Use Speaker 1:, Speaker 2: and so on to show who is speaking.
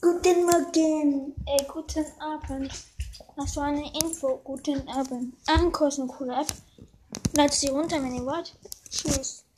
Speaker 1: Guten Morgen.
Speaker 2: Ey, äh, guten Abend. Hast du eine Info? Guten Abend. Ankosten, cool ab. Lad sie runter, wenn ihr wollt. Tschüss.